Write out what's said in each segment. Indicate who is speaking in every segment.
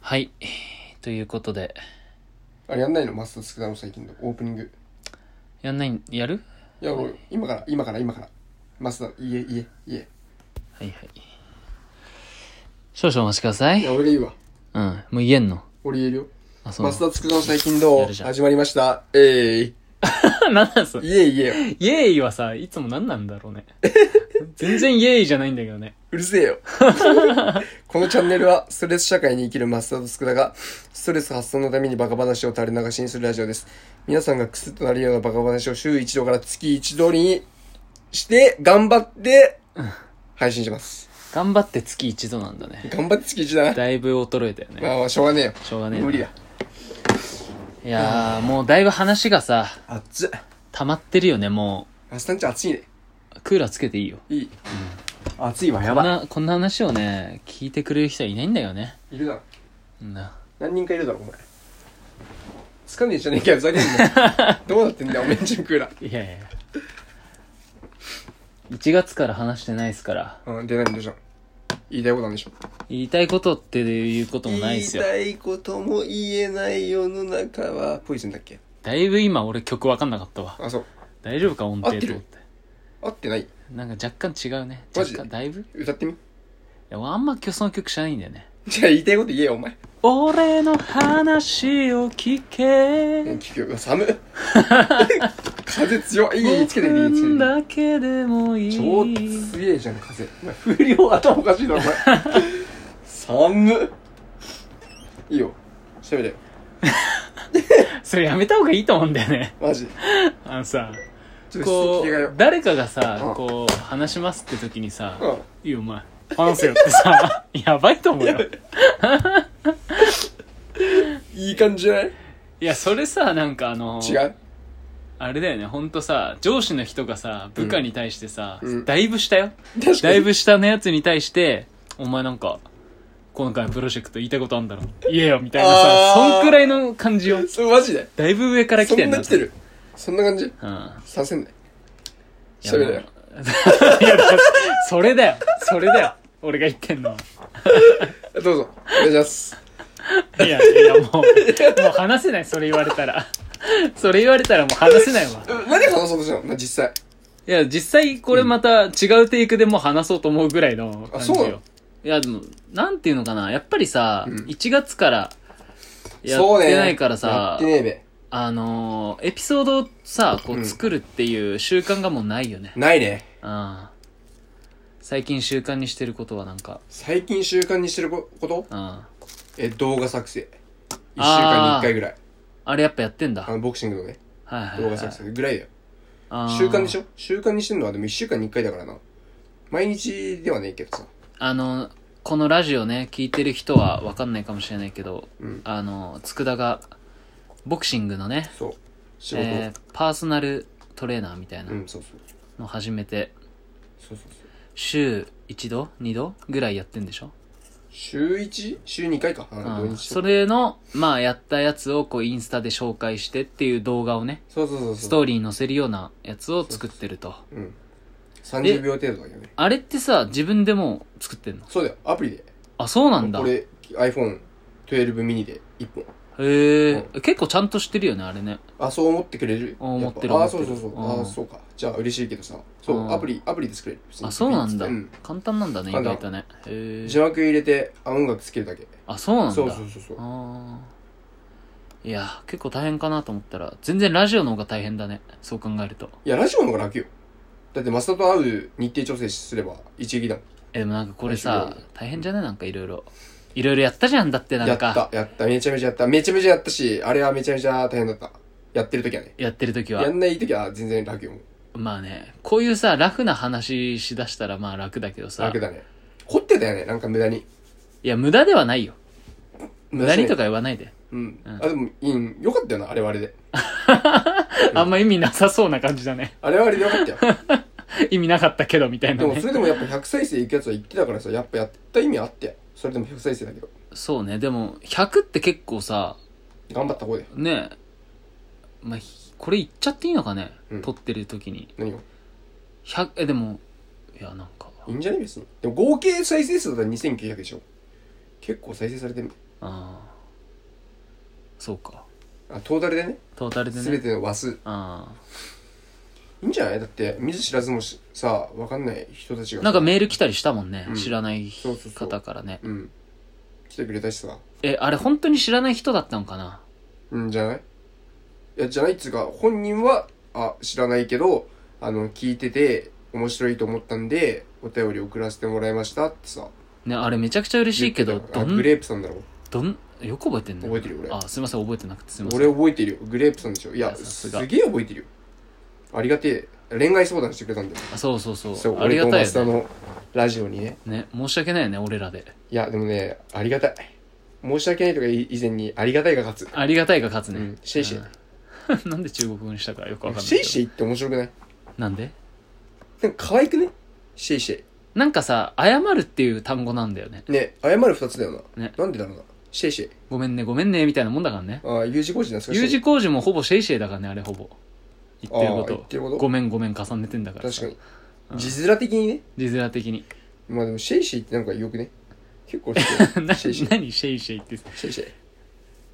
Speaker 1: はい。ということで、
Speaker 2: あれやんないのマスター少なの最近のオープニング。
Speaker 1: やんないん、やる
Speaker 2: いや、俺、今から、今から、今から。マスター、いえ、いえ、いえ。
Speaker 1: はいはい。少々お待ちください。
Speaker 2: いうや、俺がいいわ。
Speaker 1: ん。もう言えんの。
Speaker 2: 俺言えるよ。
Speaker 1: あ、そう
Speaker 2: マスター少なの最近ど
Speaker 1: や
Speaker 2: う
Speaker 1: るじゃん
Speaker 2: 始まりました。えい。
Speaker 1: なんなんそれ。
Speaker 2: いえいえ。
Speaker 1: イエーイはさ、いつもなんなんだろう ね。全然イエーイじゃないんだけどね。
Speaker 2: うる せえよ。このチャンネルは、ストレス社会に生きるマスターとスクラが、ストレス発散のためにバカ話を垂れ流しにするラジオです。皆さんがクスッとなるようなバカ話を週一度から月一度にして、頑張って、配信します。
Speaker 1: 頑張って月一度なんだね。
Speaker 2: 頑張って月一だな。
Speaker 1: だいぶ衰えたよ
Speaker 2: ま
Speaker 1: ね。
Speaker 2: あまあ、しょうがねえよ。
Speaker 1: しょうがねえな
Speaker 2: 無理だ。
Speaker 1: いやー、もうだいぶ話がさ、
Speaker 2: 熱っ。
Speaker 1: 溜まってるよね、も
Speaker 2: 明日んち暑いね。
Speaker 1: う。クーラーつけていいよ。
Speaker 2: いい。暑いわ、や
Speaker 1: こん。な、こんな話をね、聞いてくれる人はいないんだよね。
Speaker 2: いるだろ。
Speaker 1: うんな。
Speaker 2: 何人かいるだろ、お前。つかねえじゃねえかよ、ふざけ んな。どうなってんだよ、おめんちんクーラー。
Speaker 1: いやいやいや。1月から話してないですから。
Speaker 2: うん、出ないんでしょ。言いたいことなんでしょ。
Speaker 1: 言いたいことっていうこともないですよ。
Speaker 2: いいことも言えない世の中は、ポイズンだっけ
Speaker 1: だいぶ今俺曲わかんなかったわ。
Speaker 2: あ、そう。
Speaker 1: 大丈夫か音
Speaker 2: 合
Speaker 1: 程
Speaker 2: って
Speaker 1: と
Speaker 2: る
Speaker 1: 思って。
Speaker 2: 合ってない
Speaker 1: なんか若干違うね。
Speaker 2: マジ
Speaker 1: 若干、
Speaker 2: で
Speaker 1: だいぶい
Speaker 2: 歌ってみ。
Speaker 1: や、俺あんま今日その曲知らないんだよね。
Speaker 2: じゃあ言いたいこと言えよ、お前。
Speaker 1: 俺の話を聞
Speaker 2: うん、
Speaker 1: け。
Speaker 2: 聞くよ。寒っ。 風強い。いい、いいつけていい、いいつけてい
Speaker 1: 分
Speaker 2: い。
Speaker 1: だけでもい
Speaker 2: 超
Speaker 1: い。
Speaker 2: すげえじゃん風お前風量頭おかしいなお前寒っいいよしゃべれよ
Speaker 1: それやめた方がいいと思うんだよね。
Speaker 2: マジ
Speaker 1: あの さ、
Speaker 2: ちょっと
Speaker 1: こ
Speaker 2: 質疑がよ
Speaker 1: う、誰かが
Speaker 2: う
Speaker 1: さ
Speaker 2: ん、
Speaker 1: こう、話しますって時にさ、
Speaker 2: うん
Speaker 1: いいよ、お前。話せよってさ、 やばいと思うよ。
Speaker 2: いい感じじゃない
Speaker 1: いや、それさ、なんかあの、
Speaker 2: 違う
Speaker 1: あれだよね、ほんとさ、上司の人がさ、部下に対してさ、
Speaker 2: うん
Speaker 1: だいぶ下よ。
Speaker 2: 確か
Speaker 1: だい
Speaker 2: に
Speaker 1: ぶ下のやつに対して、お前なんか、今回のプロジェクト言いたいことあんだろ。言えよ、みたいなさ、
Speaker 2: あー
Speaker 1: そんくらいの感じよ。
Speaker 2: それマジで
Speaker 1: だいぶ上から来
Speaker 2: そ
Speaker 1: てん
Speaker 2: ん
Speaker 1: な。
Speaker 2: な来てるそんな感じ
Speaker 1: うん。
Speaker 2: させんね
Speaker 1: い
Speaker 2: し
Speaker 1: や
Speaker 2: ゃべれよ
Speaker 1: もう いやだからそれだよ。それだよ。俺が言ってんのは。
Speaker 2: どうぞお願いします
Speaker 1: いや、いや、もう、もう話せない、それ言われたら。それ言われたらもう話せないわ。
Speaker 2: え何話そうとしたのまあ実際
Speaker 1: いや、実際これまた違うテイクでもう話そうと思うぐらいの感じ
Speaker 2: あそう
Speaker 1: よ
Speaker 2: なの。
Speaker 1: いや、でも、なんていうのかな。やっぱりさ、1月からや
Speaker 2: そう
Speaker 1: っ
Speaker 2: ね
Speaker 1: てないから
Speaker 2: やっ
Speaker 1: さ、
Speaker 2: てねえべ
Speaker 1: あのーエピソードをさ、こ
Speaker 2: う
Speaker 1: うん作るっていう習慣がもうないよね。
Speaker 2: ないね
Speaker 1: うん。最近習慣にしてることはなんか、
Speaker 2: 最近習慣にしてること
Speaker 1: うん。
Speaker 2: え動画作成1週間に1回ぐらい
Speaker 1: あれやっぱやってんだ。
Speaker 2: あ
Speaker 1: はい
Speaker 2: のボクシングのね
Speaker 1: はい、
Speaker 2: 動
Speaker 1: は
Speaker 2: 画
Speaker 1: い。
Speaker 2: 作成ぐらいだよ
Speaker 1: あー
Speaker 2: 習慣でしょ習慣にしてんのはでも1週間に1回だからな毎日ではねえけどさ
Speaker 1: あの、このラジオね、聞いてる人は分かんないかもしれないけど、
Speaker 2: うん
Speaker 1: あの、佃が、ボクシングのね、
Speaker 2: そう仕事、
Speaker 1: えーパーソナルトレーナーみたいな
Speaker 2: うんそうそう
Speaker 1: の始めて、
Speaker 2: そうそうそう
Speaker 1: 週1度 ?2 度ぐらいやってんでしょ、
Speaker 2: 週 1? 週2回かあ
Speaker 1: う
Speaker 2: 土
Speaker 1: ん、
Speaker 2: 日
Speaker 1: それの、まあ、やったやつを、こう、インスタで紹介してっていう動画をね、
Speaker 2: そうそうそう
Speaker 1: ス
Speaker 2: そう
Speaker 1: トーリーに載せるようなやつを作ってると。
Speaker 2: うん30秒程度だけどね
Speaker 1: あれってさ、自分でもう作ってんの
Speaker 2: そうだよアプリで
Speaker 1: あ、そうなんだ。へ
Speaker 2: 俺 iPhone12 mini で1本
Speaker 1: え、結構ちゃんとしてるよね、あれね。
Speaker 2: あそう思ってくれる
Speaker 1: あ思ってる
Speaker 2: やぱあ
Speaker 1: 思
Speaker 2: そ
Speaker 1: っ
Speaker 2: う
Speaker 1: て
Speaker 2: そ
Speaker 1: る
Speaker 2: うそう
Speaker 1: うん
Speaker 2: あそうかじゃあ嬉しいけどさそううんアプリアプリで作れる普通に
Speaker 1: あ、そうなんだ。
Speaker 2: うん
Speaker 1: 簡単なんだね、意
Speaker 2: 簡単
Speaker 1: 外とね。へ
Speaker 2: 字
Speaker 1: え。
Speaker 2: 幕入れてあ音楽つけるだけ
Speaker 1: あ、そうなんだ。
Speaker 2: そうそうそうそう
Speaker 1: あーいや、結構大変かなと思ったら、全然ラジオの方が大変だね。そう考えると。
Speaker 2: いや、ラジオの方が楽よ。だって、マスターと会う日程調整すれば一撃だもん。
Speaker 1: え、でもなんかこれ
Speaker 2: ラ
Speaker 1: さ
Speaker 2: ジ、
Speaker 1: 大変じゃねなんかいろいろ。いろいろやったじゃんだって、な
Speaker 2: や
Speaker 1: ん
Speaker 2: っ
Speaker 1: か。
Speaker 2: た、やった、めちゃめちゃやった。めちゃめちゃやったし、あれはめちゃめちゃ大変だった。やってる時はね。
Speaker 1: やってる時は
Speaker 2: や。んない時は全然楽よ、もう。
Speaker 1: まあね、こういうさ、ラフな話しだしたらまあ楽だけどさ
Speaker 2: 楽。だね。凝ってたよね、なんか無駄に。
Speaker 1: いや、無駄ではないよ。無駄にと
Speaker 2: か。
Speaker 1: か言わないで。
Speaker 2: うん。
Speaker 1: うん
Speaker 2: あ、でも、いい、よかったよな、あれはあれで。
Speaker 1: あんま意味なさそうな感じだね。
Speaker 2: あれはあれでよかったよ。
Speaker 1: 意味なかったけど、みたい
Speaker 2: で
Speaker 1: な
Speaker 2: も、そ
Speaker 1: ね。
Speaker 2: れでもやっぱ100再生いくやつは言ってたからさ、やっぱやった意味あってよ。それでも100再生だけど。
Speaker 1: そうね、でも、100って結構さ、
Speaker 2: 頑張った方だよ。
Speaker 1: ねえ、まあ、ひこれ言っちゃっていいのかね、
Speaker 2: うん
Speaker 1: 撮ってる時に。
Speaker 2: 何を
Speaker 1: 100えでもいやなんか
Speaker 2: いいんじゃね別に。でも、合計再生数だったら2900でしょ。結構再生されてる。
Speaker 1: ああそうか
Speaker 2: あトータルでね
Speaker 1: トータルでね
Speaker 2: 全ての和数
Speaker 1: あ
Speaker 2: いいんじゃないだって見ず知らずもしさ分かんない人たち
Speaker 1: あ
Speaker 2: が
Speaker 1: なんかメール来たりしたもんね、
Speaker 2: うん
Speaker 1: 知らない
Speaker 2: そうそうそう
Speaker 1: 方からね
Speaker 2: うん来てくれたしさ
Speaker 1: えあれ本当に知らない人だったのかな
Speaker 2: うんじゃないいやじゃないっつうか本人はあ知らないけどあの聞いてて面白いと思ったんでお便り送らせてもらいましたってさ
Speaker 1: ねあれめちゃくちゃ嬉しいけど
Speaker 2: 言ってた
Speaker 1: ど
Speaker 2: あグレ
Speaker 1: ん
Speaker 2: ープさんだろ
Speaker 1: どんよく覚えてんね
Speaker 2: 覚えてるよ俺
Speaker 1: あすいません覚えてなくてすいません
Speaker 2: 俺覚えてるよグレープさんでしょい
Speaker 1: い
Speaker 2: や
Speaker 1: やさ
Speaker 2: す
Speaker 1: すが
Speaker 2: げえ覚えてるよありがてえ恋愛相談してくれたんだよ
Speaker 1: あそうそうそう
Speaker 2: そう
Speaker 1: あり
Speaker 2: 俺
Speaker 1: が
Speaker 2: と
Speaker 1: たい
Speaker 2: 松田
Speaker 1: よね
Speaker 2: のラジオにね
Speaker 1: ね申し訳ないよね俺らで
Speaker 2: いやでもねありがたい申し訳ないとか以前にありがたいが勝つ
Speaker 1: ありがたいが勝つね、
Speaker 2: うんシェイシェイ
Speaker 1: うん なんで中国語にしたかよくわかんない
Speaker 2: シェイシェ
Speaker 1: イ
Speaker 2: イって面白くない
Speaker 1: なんで
Speaker 2: なんか可愛くねシェイシェ
Speaker 1: なんかさ謝るっていう単語なんだよね
Speaker 2: イね謝る二つだよな、
Speaker 1: ね
Speaker 2: なんでだろうなシェイシェイ
Speaker 1: ごめんねごめんねみたいなもんだからね
Speaker 2: ああ U 字工事懐かしい
Speaker 1: U 字工事もほぼシェイシェイだからねあれほぼ言ってるこ
Speaker 2: あー
Speaker 1: と
Speaker 2: 言ってること
Speaker 1: ごめんごめん重ねてんだから
Speaker 2: 確か
Speaker 1: さ
Speaker 2: に字面的にね
Speaker 1: 字面的に
Speaker 2: まあでもシェイシェイってなんかよくね結構好き
Speaker 1: 何
Speaker 2: シェイシェイ
Speaker 1: 何シェイシェイって
Speaker 2: シェイシェイ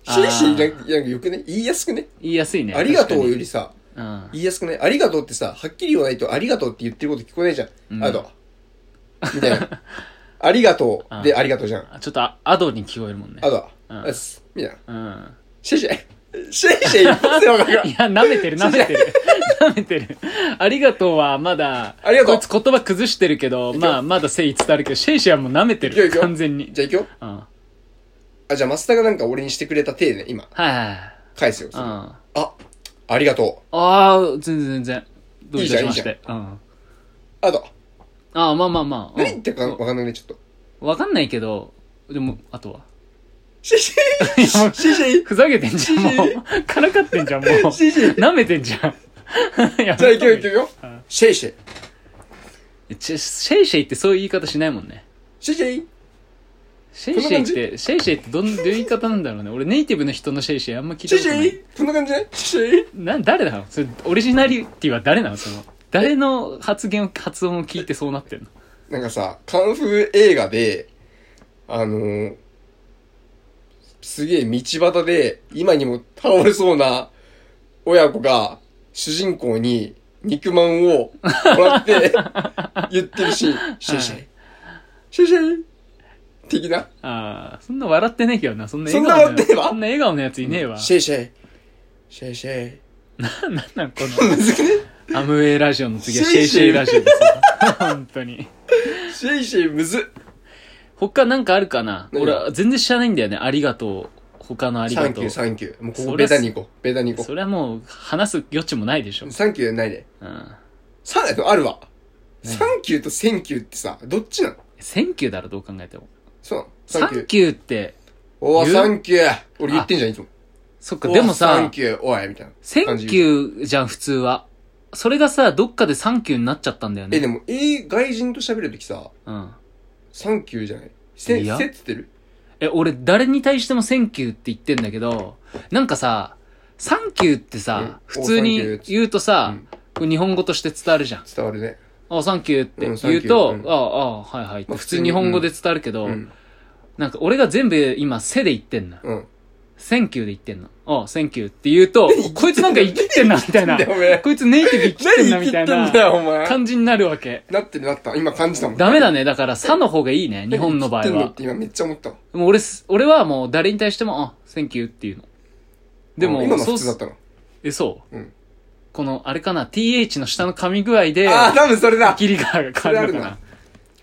Speaker 1: あー
Speaker 2: シェイシェイなんかなんかよくね言いやすくね
Speaker 1: 言いやすいね
Speaker 2: ありがとうよ
Speaker 1: 確
Speaker 2: りさ
Speaker 1: かに
Speaker 2: 言いやすくないありがとうってさはっきり言わないとありがとうって言ってること聞こえないじゃん、
Speaker 1: うん
Speaker 2: あとみたいなありがと うで
Speaker 1: うん
Speaker 2: ありがとうじゃん
Speaker 1: うんちょっとあアドに聞こえるもんね
Speaker 2: あとは、
Speaker 1: うん
Speaker 2: あっすみたいな
Speaker 1: うん
Speaker 2: シェイシェイ シェ イシェイ一発で分かるから
Speaker 1: いや、舐めてる、舐めてる。 舐めてる。ありがとうは、まだ、
Speaker 2: ありがとう
Speaker 1: こいつ言葉崩してるけど、
Speaker 2: いくよ
Speaker 1: まあ、まだ誠意伝わるけど、シェイシェイはもう舐めて
Speaker 2: いくよい
Speaker 1: る。
Speaker 2: くよ
Speaker 1: 完全に。
Speaker 2: じゃあ行くよ
Speaker 1: うん。はい
Speaker 2: あじゃあ増田がなんか俺にしてくれた手ね今
Speaker 1: はいはい。
Speaker 2: 返すよ、
Speaker 1: うん。
Speaker 2: あ
Speaker 1: あ
Speaker 2: ありがとう
Speaker 1: あー、全然全然。どういたしまし
Speaker 2: い
Speaker 1: て。うん。
Speaker 2: あと
Speaker 1: ああ、まあまあまあ。
Speaker 2: 何言ってるか
Speaker 1: うん
Speaker 2: 分かんないねちょっと
Speaker 1: わかんないけど、でも、あとは。
Speaker 2: シェイシェイシェイシェイ
Speaker 1: ふざけてんじゃん、も
Speaker 2: シ
Speaker 1: う。からかってんじゃん、もう。
Speaker 2: シェイシェイ
Speaker 1: 舐めてんじ ゃん。じゃあ
Speaker 2: じゃあ行くよ行くよ
Speaker 1: うん
Speaker 2: シェイシェイ
Speaker 1: シェイシェイってそういう言い方しないもんね。
Speaker 2: シェイシェイ
Speaker 1: シェイシェイって、シェイシェイってどんどういう言い方なんだろうね。俺ネイティブの人のシェイシェイあんま聞い
Speaker 2: シ
Speaker 1: たこと
Speaker 2: ェイシ
Speaker 1: な
Speaker 2: ェ
Speaker 1: い。
Speaker 2: イこんな感じねシェイシェイ
Speaker 1: な、誰なのそれ、オリジナリティは誰なのその、誰の発言を、発音を聞いてそうなってんの
Speaker 2: なんかさ、カンフー映画で、あのーすげえ道端で、今にも倒れそうな親子が、主人公に肉まんをもらって、言ってるシーン。シェイシェイ。シェイシェイ的な。
Speaker 1: ああ、そんな笑ってねえけどな。そんな笑
Speaker 2: そんな笑ってねえわ
Speaker 1: そんな笑顔のやついねえわ。
Speaker 2: シェイシェイ。シェイシェイ。
Speaker 1: なんなんこ
Speaker 2: むずくね
Speaker 1: の、アムウェイラジオの次はシェ
Speaker 2: シェ
Speaker 1: イ
Speaker 2: イ
Speaker 1: シ
Speaker 2: シ
Speaker 1: ェ
Speaker 2: ェ
Speaker 1: イ
Speaker 2: イ
Speaker 1: ラジオですよ。本当に。
Speaker 2: シェイシェイむず。
Speaker 1: 他なんかあるかな
Speaker 2: 何
Speaker 1: 俺
Speaker 2: が
Speaker 1: は全然知らないんだよね。ありがとう。他のあり
Speaker 2: サ
Speaker 1: が
Speaker 2: ンキ
Speaker 1: と
Speaker 2: ュー、
Speaker 1: う。
Speaker 2: サンキュー。もうこ
Speaker 1: そりゃ
Speaker 2: こベタに行こう。ベタに行こ
Speaker 1: それはもう、話す余地もないでしょ
Speaker 2: う。。サンキューないね。
Speaker 1: うん。
Speaker 2: サン、あるわ。
Speaker 1: ね
Speaker 2: サンキューとセンキューってさ、どっちなの
Speaker 1: センキューだろ、どう考えても。
Speaker 2: そうなの
Speaker 1: サンキューって、
Speaker 2: おー
Speaker 1: 言う
Speaker 2: サンキュー俺言ってんじゃん、いつも。
Speaker 1: そっか、でも
Speaker 2: おーサ
Speaker 1: さ
Speaker 2: ン、キュー、おい、みたいな。
Speaker 1: センキ
Speaker 2: ー。
Speaker 1: ューじゃん、普通は。それがさ、どっかでサンキューになっちゃったんだよ
Speaker 2: え、
Speaker 1: ね。
Speaker 2: でも、えー、外人と喋るときさ、
Speaker 1: うん。
Speaker 2: サンキューじゃないせ、
Speaker 1: いや
Speaker 2: せってってる
Speaker 1: え、俺、誰に対してもセンキューって言ってんだけど、なんかさ、サンキューってさ、
Speaker 2: うん
Speaker 1: 普通
Speaker 2: おサンキュー
Speaker 1: に
Speaker 2: っつ
Speaker 1: 言うと
Speaker 2: う
Speaker 1: さ
Speaker 2: ん、
Speaker 1: こう日本語として伝わるじゃん。
Speaker 2: 伝わるね。
Speaker 1: あ、サンキューっ
Speaker 2: うん
Speaker 1: て
Speaker 2: サン
Speaker 1: 言
Speaker 2: キュ
Speaker 1: うと、
Speaker 2: ーうん
Speaker 1: ああ、はいはいって
Speaker 2: まあ
Speaker 1: 普通に日本語で伝わるけど、
Speaker 2: うん。
Speaker 1: なんか俺が全部今、せで言ってんの。
Speaker 2: うん。
Speaker 1: センキューで言ってんの。ああ、センキューって言うと、こいつなんか生きてんな、みたいな
Speaker 2: で、。おめえ。
Speaker 1: こいつネイティブ生きてんな、
Speaker 2: 何
Speaker 1: みた
Speaker 2: 言
Speaker 1: い
Speaker 2: って
Speaker 1: な
Speaker 2: んだよ、お前。
Speaker 1: 感じになるわけ。
Speaker 2: なってるなった。今感じたもん。
Speaker 1: ダメだね。だから、さの方がいいね。日本の場合
Speaker 2: 何言っ
Speaker 1: は。
Speaker 2: てんのって今めっちゃ思ったもん。
Speaker 1: でも俺す、俺はもう誰に対しても、あ、センキューっていうの。でも、
Speaker 2: うん今の
Speaker 1: そ
Speaker 2: 普
Speaker 1: う
Speaker 2: 通だっ
Speaker 1: す、
Speaker 2: たの。
Speaker 1: え、そう。
Speaker 2: うん
Speaker 1: この、あれかな、th の下の噛み具合で、
Speaker 2: あー、多分それだ。
Speaker 1: 切りが変わるの
Speaker 2: それ
Speaker 1: か
Speaker 2: ある
Speaker 1: な
Speaker 2: な。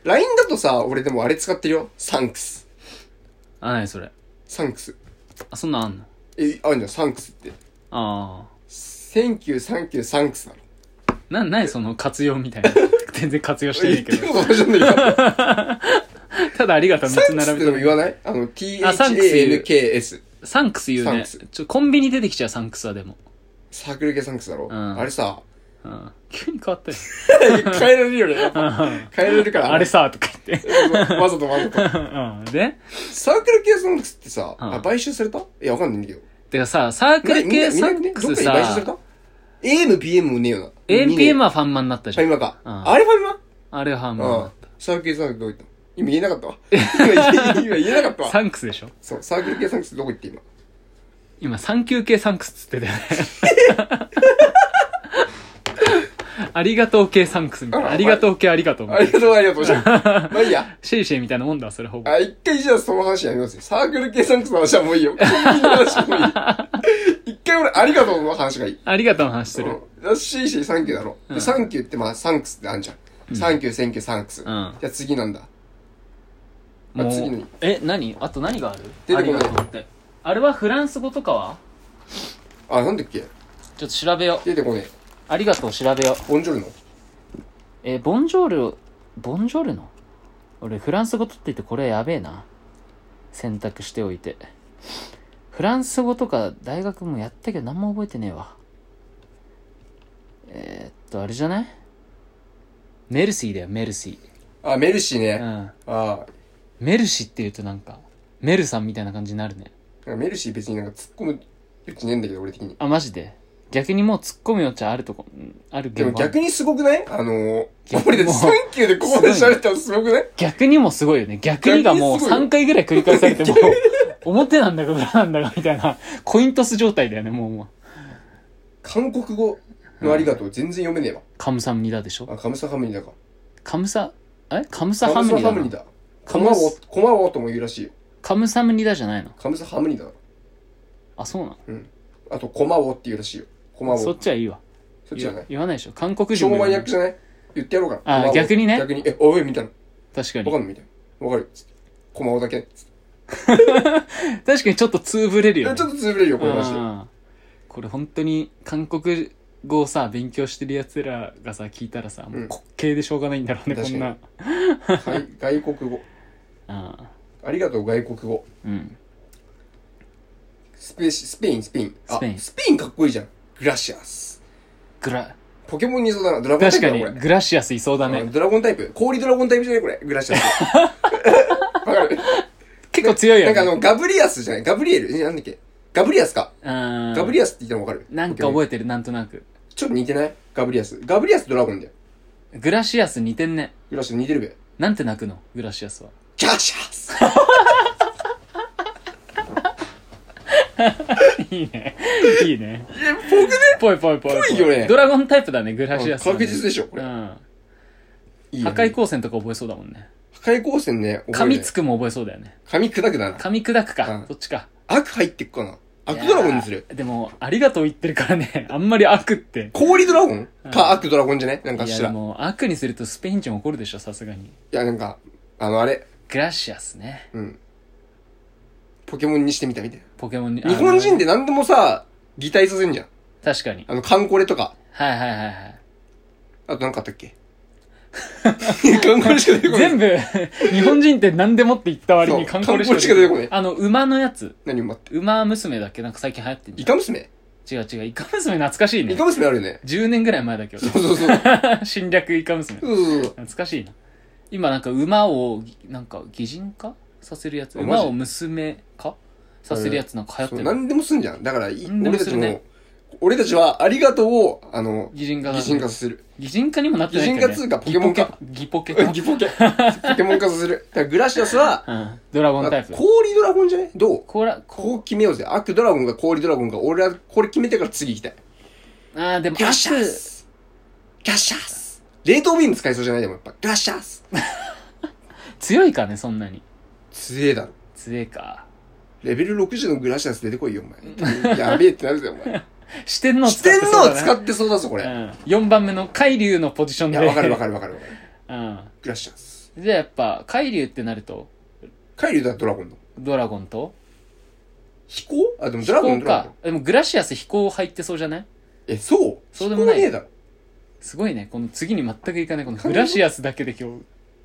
Speaker 2: LINE だとさ、俺でもあれ使ってるよ。サンクス。
Speaker 1: あ、なにそれ。
Speaker 2: サンクス。
Speaker 1: あ、そんなんあんの
Speaker 2: え、あるじゃん、サンクスって。
Speaker 1: あ
Speaker 2: センキュー、サンキュー、サンクスなの。
Speaker 1: あ。な、なにその活用み たいな。全然活用してな
Speaker 2: 言
Speaker 1: い
Speaker 2: っ
Speaker 1: け
Speaker 2: てる
Speaker 1: ど。
Speaker 2: こと同じなんだけど。
Speaker 1: ただありがとう、
Speaker 2: サ
Speaker 1: 3つ
Speaker 2: ンクスっ
Speaker 1: 並
Speaker 2: てでも
Speaker 1: べて。
Speaker 2: 言わないあの、
Speaker 1: あサンクス言う
Speaker 2: THANKS。
Speaker 1: サンクス言う
Speaker 2: サン
Speaker 1: ね
Speaker 2: クス。
Speaker 1: ちょ、コンビニ出てきちゃう、サンクスはでも。
Speaker 2: サークル系サンクスだろ、
Speaker 1: うん
Speaker 2: あれさ、
Speaker 1: うん。急に変わったよ。
Speaker 2: 変えられるよね。
Speaker 1: うん
Speaker 2: 変えられるから。
Speaker 1: あれさ、とか言 って。
Speaker 2: わざとわ ざと。
Speaker 1: うん。で
Speaker 2: サークル系サンクスってさ、
Speaker 1: うん
Speaker 2: あ買収されたいや、わかんないんだけど。
Speaker 1: てかさ、サークル
Speaker 2: みんな
Speaker 1: 系
Speaker 2: みん
Speaker 1: サ
Speaker 2: なね
Speaker 1: ンクス
Speaker 2: どっかに買収さ
Speaker 1: さ
Speaker 2: れ、た ?AM、PM もねえよな。
Speaker 1: APM
Speaker 2: は
Speaker 1: はファンマンになった
Speaker 2: フ
Speaker 1: じ
Speaker 2: ァ
Speaker 1: ゃ
Speaker 2: ミ
Speaker 1: ん。
Speaker 2: マか。
Speaker 1: うん
Speaker 2: あれファミ
Speaker 1: あれはファンマン
Speaker 2: マ
Speaker 1: だ
Speaker 2: うん
Speaker 1: った。。
Speaker 2: サークル系サンクスどこ行ったの今言えなかった わ。今今言えなかったわ。
Speaker 1: サンクスでしょ
Speaker 2: そう、サークル系サンクスどこ行って今。
Speaker 1: 今、産休系サンクスっつってたよね。 ありがとう系サンクスみたいな。ありがとう系ありがとうみ
Speaker 2: あ
Speaker 1: たい
Speaker 2: り
Speaker 1: な。
Speaker 2: がとう、ありがとう。じゃ あまあいいや。
Speaker 1: シェイシェイみたいなもんだわ、それほぼ。
Speaker 2: あ、一回じゃあその話やめますよ。サークル系サンクスの話はもういいよ。コンビニの話はもういい。一回俺、ありがとうの話がいい。
Speaker 1: ありがとうの話する。
Speaker 2: うん。シーシーサンキューだろ。で、サンキューってまあ、サンクスってあんじゃん。サンキュー、センキュー、サンクス。じゃあ次なんだ。あ
Speaker 1: も
Speaker 2: 次のに
Speaker 1: う、え、何あと何がある
Speaker 2: 出
Speaker 1: あ
Speaker 2: て
Speaker 1: り
Speaker 2: こな
Speaker 1: が
Speaker 2: い
Speaker 1: とうって。あれはフランス語とかは
Speaker 2: あ、なんだっけ
Speaker 1: ちょっと調べよう。
Speaker 2: 出てこねえ。
Speaker 1: ありがとう調べよう。
Speaker 2: ボンジョルノ
Speaker 1: えーボンジョール、ボンジョールの俺、フランス語取っていてこれやべえな。選択しておいて。フランス語とか大学もやったけど何も覚えてねえわ。えー、っと、あれじゃないメルシーだよ、メルシ
Speaker 2: あ、メルシー
Speaker 1: ー。う
Speaker 2: ね。
Speaker 1: ん。
Speaker 2: あ
Speaker 1: メルシーって言うとなんか、メルさんみたいな感じになるね。
Speaker 2: あ。メルシー別になんか突っ込む余地ねえんだけど、俺的に。
Speaker 1: あ、マジで逆にもう突っ込む余地あるとこ、うんあるけ
Speaker 2: でも
Speaker 1: ど。
Speaker 2: 逆にすごくないあのー、
Speaker 1: 逆
Speaker 2: 俺で
Speaker 1: もう
Speaker 2: サンキューでここまで喋ったらすごくない
Speaker 1: 逆にもすごいよね。逆にがもう
Speaker 2: 逆にすごいよ
Speaker 1: 3回ぐらい繰り返されても、表なんだか裏なんだかみたいな、コイントス状態だよね、もうもう。
Speaker 2: 韓国語のありがとう全然読めねえわ。
Speaker 1: カムサムニダでしょ
Speaker 2: あ、カムサハムニだか。
Speaker 1: カムサ、えカムサ
Speaker 2: カ
Speaker 1: ハ
Speaker 2: ム
Speaker 1: ム
Speaker 2: サ
Speaker 1: ニ
Speaker 2: ハ
Speaker 1: ダ
Speaker 2: ムニ
Speaker 1: な。
Speaker 2: だ。
Speaker 1: カ
Speaker 2: コ
Speaker 1: ム
Speaker 2: マ
Speaker 1: サ
Speaker 2: を、コマをとも言うらしいよ。
Speaker 1: カムサムニダじゃないの
Speaker 2: カムサハムニだ。
Speaker 1: あ、そうな
Speaker 2: あと、コマをって言うらしいよ。コマを。
Speaker 1: の
Speaker 2: そ
Speaker 1: そ
Speaker 2: っ
Speaker 1: っちはいいわ。
Speaker 2: ちじゃない
Speaker 1: 言わないでしょ韓国人
Speaker 2: 超
Speaker 1: も
Speaker 2: マ
Speaker 1: 言
Speaker 2: ニア
Speaker 1: わな
Speaker 2: ック
Speaker 1: い
Speaker 2: じゃない言ってやろうかな。
Speaker 1: あー
Speaker 2: コマを
Speaker 1: 逆にね
Speaker 2: 逆に、え、おい、みたいな。
Speaker 1: 確か
Speaker 2: わか
Speaker 1: に。
Speaker 2: んないみたいな。わかる。コマをだけ。
Speaker 1: 確かにちょっとつぶれる
Speaker 2: えちょ
Speaker 1: よ
Speaker 2: っ
Speaker 1: ね。
Speaker 2: と潰れるよ、この話。
Speaker 1: うんこれ本当に韓国語をさ、勉強してる奴らがさ、聞いたらさ、もう滑稽でしょうがないんだろうね、こ
Speaker 2: 確か
Speaker 1: ん
Speaker 2: に
Speaker 1: な。
Speaker 2: はい外国語。
Speaker 1: うん
Speaker 2: ありがとう、外国語。
Speaker 1: うん。
Speaker 2: スペシ、スペイン、スペイン。あ
Speaker 1: スペイン
Speaker 2: スペインかっこいいじゃん。グラシアス。
Speaker 1: グラ、
Speaker 2: ポケモンにいそうだな。ドラゴンタ
Speaker 1: 確
Speaker 2: イ
Speaker 1: か
Speaker 2: プだな、
Speaker 1: に
Speaker 2: これ。
Speaker 1: グラシアスいそうだ
Speaker 2: あ
Speaker 1: ね
Speaker 2: ドラゴンタイプ氷ドラゴンタイプじゃないこれ。グラシアス。 わかる
Speaker 1: 結構強いよね
Speaker 2: なんかあの、ガブリアスじゃないガブリエルえなんだっけガブリアスか。
Speaker 1: うん
Speaker 2: ガブリアスって言ったのわかる
Speaker 1: なんか
Speaker 2: ポケモ
Speaker 1: 覚
Speaker 2: ン
Speaker 1: えてるなんとなく
Speaker 2: ちょっと似てないガブリアス。ガブリアスドラゴンだよ。
Speaker 1: グラシアス似てんね
Speaker 2: グラシアス似てるべ。
Speaker 1: なんて泣くのグラシアスは
Speaker 2: キャシャス
Speaker 1: いいねいいね
Speaker 2: え、僕ね。
Speaker 1: ぽいぽいぽいぽ
Speaker 2: ぽいよね
Speaker 1: ドラゴンタイプだねグラシアスはね
Speaker 2: 確実でしょこれ
Speaker 1: うん
Speaker 2: いい
Speaker 1: 破
Speaker 2: ね
Speaker 1: 壊光線とか覚えそうだもんね
Speaker 2: 破壊光線ね、
Speaker 1: 噛みつ
Speaker 2: く。
Speaker 1: くも覚えそうだよね
Speaker 2: 噛み砕くだな。
Speaker 1: 噛み砕く
Speaker 2: う
Speaker 1: か
Speaker 2: ん
Speaker 1: どっちか
Speaker 2: 悪入ってくかな。悪ドラゴンにす
Speaker 1: い。
Speaker 2: る
Speaker 1: やーでもありがとう言ってるからね あんまり悪って
Speaker 2: 氷ドラゴン
Speaker 1: うん
Speaker 2: か悪ドラゴンじゃねなんか
Speaker 1: いや
Speaker 2: し
Speaker 1: で
Speaker 2: ら。い
Speaker 1: も悪にするとスペイン人怒るでしょさすがに
Speaker 2: や、なんか、あの、あれ、
Speaker 1: グラシアスね
Speaker 2: うん。ポケモンにしてみたみたい
Speaker 1: ポケモンに
Speaker 2: な。日本人
Speaker 1: で
Speaker 2: で何でもさ、擬態させんじゃん。
Speaker 1: 確かに
Speaker 2: あの、カンコレとか。
Speaker 1: はいはいはいはい
Speaker 2: あと何かあったっけ カンコレしか出てこない。
Speaker 1: 全部、日本人って何でもって言った割に
Speaker 2: そう
Speaker 1: 観光でし
Speaker 2: 観光しか出てこない
Speaker 1: あの、馬のやつ。
Speaker 2: 何を待って。
Speaker 1: 馬娘だっけなんか最近流行ってん
Speaker 2: イ
Speaker 1: じ
Speaker 2: カ娘
Speaker 1: ゃん。違う違う。イカ娘懐かしい
Speaker 2: イ
Speaker 1: ね
Speaker 2: カ。娘あるよね。
Speaker 1: 10年ぐらい前だ けど。
Speaker 2: そうそうそう。
Speaker 1: 侵略イカ娘。
Speaker 2: そうそうそう。
Speaker 1: 懐かしいな。今なんか馬を、なんか擬人化させるやつ。
Speaker 2: あマジ
Speaker 1: 馬を娘化させるやつなんか流行っ
Speaker 2: そう
Speaker 1: てるね。
Speaker 2: 何でもすんじゃん。だから、い
Speaker 1: 何でも
Speaker 2: 俺た
Speaker 1: す
Speaker 2: ち
Speaker 1: るね
Speaker 2: も、俺たちはありがとうを、あの、
Speaker 1: 擬人化だね
Speaker 2: 擬人化させる。
Speaker 1: 擬人化にもなってないけど、ね。
Speaker 2: 擬人化つうかポケモン化
Speaker 1: ギポケ。ギポ
Speaker 2: ギ
Speaker 1: ケか。
Speaker 2: ポケ。ポケモン化させる。だからグラシアスは、
Speaker 1: うん。ドラゴンタイプ。
Speaker 2: 氷ドラゴンじゃねどう
Speaker 1: コーラ、こ
Speaker 2: こう決めようぜ。悪ドラゴンが氷ドラゴンが、俺はこれ決めてから次行きたい。
Speaker 1: あーでも、
Speaker 2: ガシャー
Speaker 1: 悪、
Speaker 2: スガシャース冷凍ビーム使いそうじゃないでもやっぱ、ガシャース
Speaker 1: 強いかね、そんなに。
Speaker 2: 強えだろ。
Speaker 1: 強いか。
Speaker 2: レベル60のグラシャス出てこいよ、お前。やべえってなるぜ、お 前。
Speaker 1: 四天王
Speaker 2: 四天王
Speaker 1: 使
Speaker 2: 使ってそうだぞ、こ
Speaker 1: う
Speaker 2: れ。
Speaker 1: ん、4番目の海流のポジション
Speaker 2: い
Speaker 1: で。
Speaker 2: や、わかるわ
Speaker 1: る。
Speaker 2: かるわかるわかる。
Speaker 1: うん。
Speaker 2: グラシャス。
Speaker 1: じゃあやっぱ、海流ってなると、
Speaker 2: 海竜だ、ドラゴンの。
Speaker 1: ドラゴンと
Speaker 2: 飛行あ、でもドラゴ
Speaker 1: 飛
Speaker 2: ン、
Speaker 1: 行
Speaker 2: ドラゴ
Speaker 1: か
Speaker 2: ン。。
Speaker 1: でもグラシアス飛行入ってそうじゃない
Speaker 2: え、そう
Speaker 1: そうでもない
Speaker 2: 飛行ねえだろ。
Speaker 1: すごいね。この次に全くいかない。このグラシアスだけで今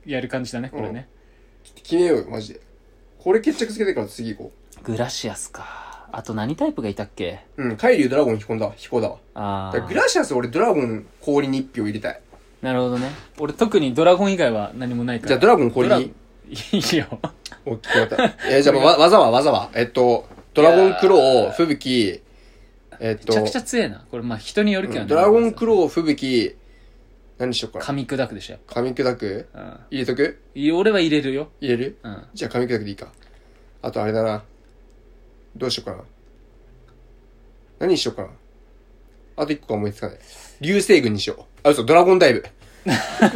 Speaker 1: 日やる感じだね、これね。
Speaker 2: ちょっと決めようよ、マジで。これ決着つけてから次行こ
Speaker 1: グラシアスか。あと何タイプがいたっけ
Speaker 2: う。うん、海竜ドラゴン飛行だわ、飛行だわ。
Speaker 1: あ
Speaker 2: だからグ
Speaker 1: あ。
Speaker 2: ラシャス俺ドラゴン氷に一票入れたい。
Speaker 1: なるほどね。俺特にドラゴン以外は何もないから。
Speaker 2: じゃあドラゴン氷に。
Speaker 1: いいよ。
Speaker 2: 大きくな った。えー、じゃあまあわ技は技は。えっと、ドラゴンクロー、吹雪、えっ
Speaker 1: め
Speaker 2: と
Speaker 1: ちゃ、くちゃ強えな。これまあ人によるけど
Speaker 2: う
Speaker 1: ね。
Speaker 2: んドラゴンクロー、吹雪、何しよっかな
Speaker 1: 噛み砕くでしょやっ
Speaker 2: 噛み砕く
Speaker 1: ぱ、うん
Speaker 2: 入れとく
Speaker 1: いや、俺は入れるよ、
Speaker 2: 入れる
Speaker 1: うん、
Speaker 2: じゃあ噛み砕くでいいかあとあれだなどうしようかな何にしようかなあと一個は思いつかない流星群にしようあ嘘ドラゴンダイブこ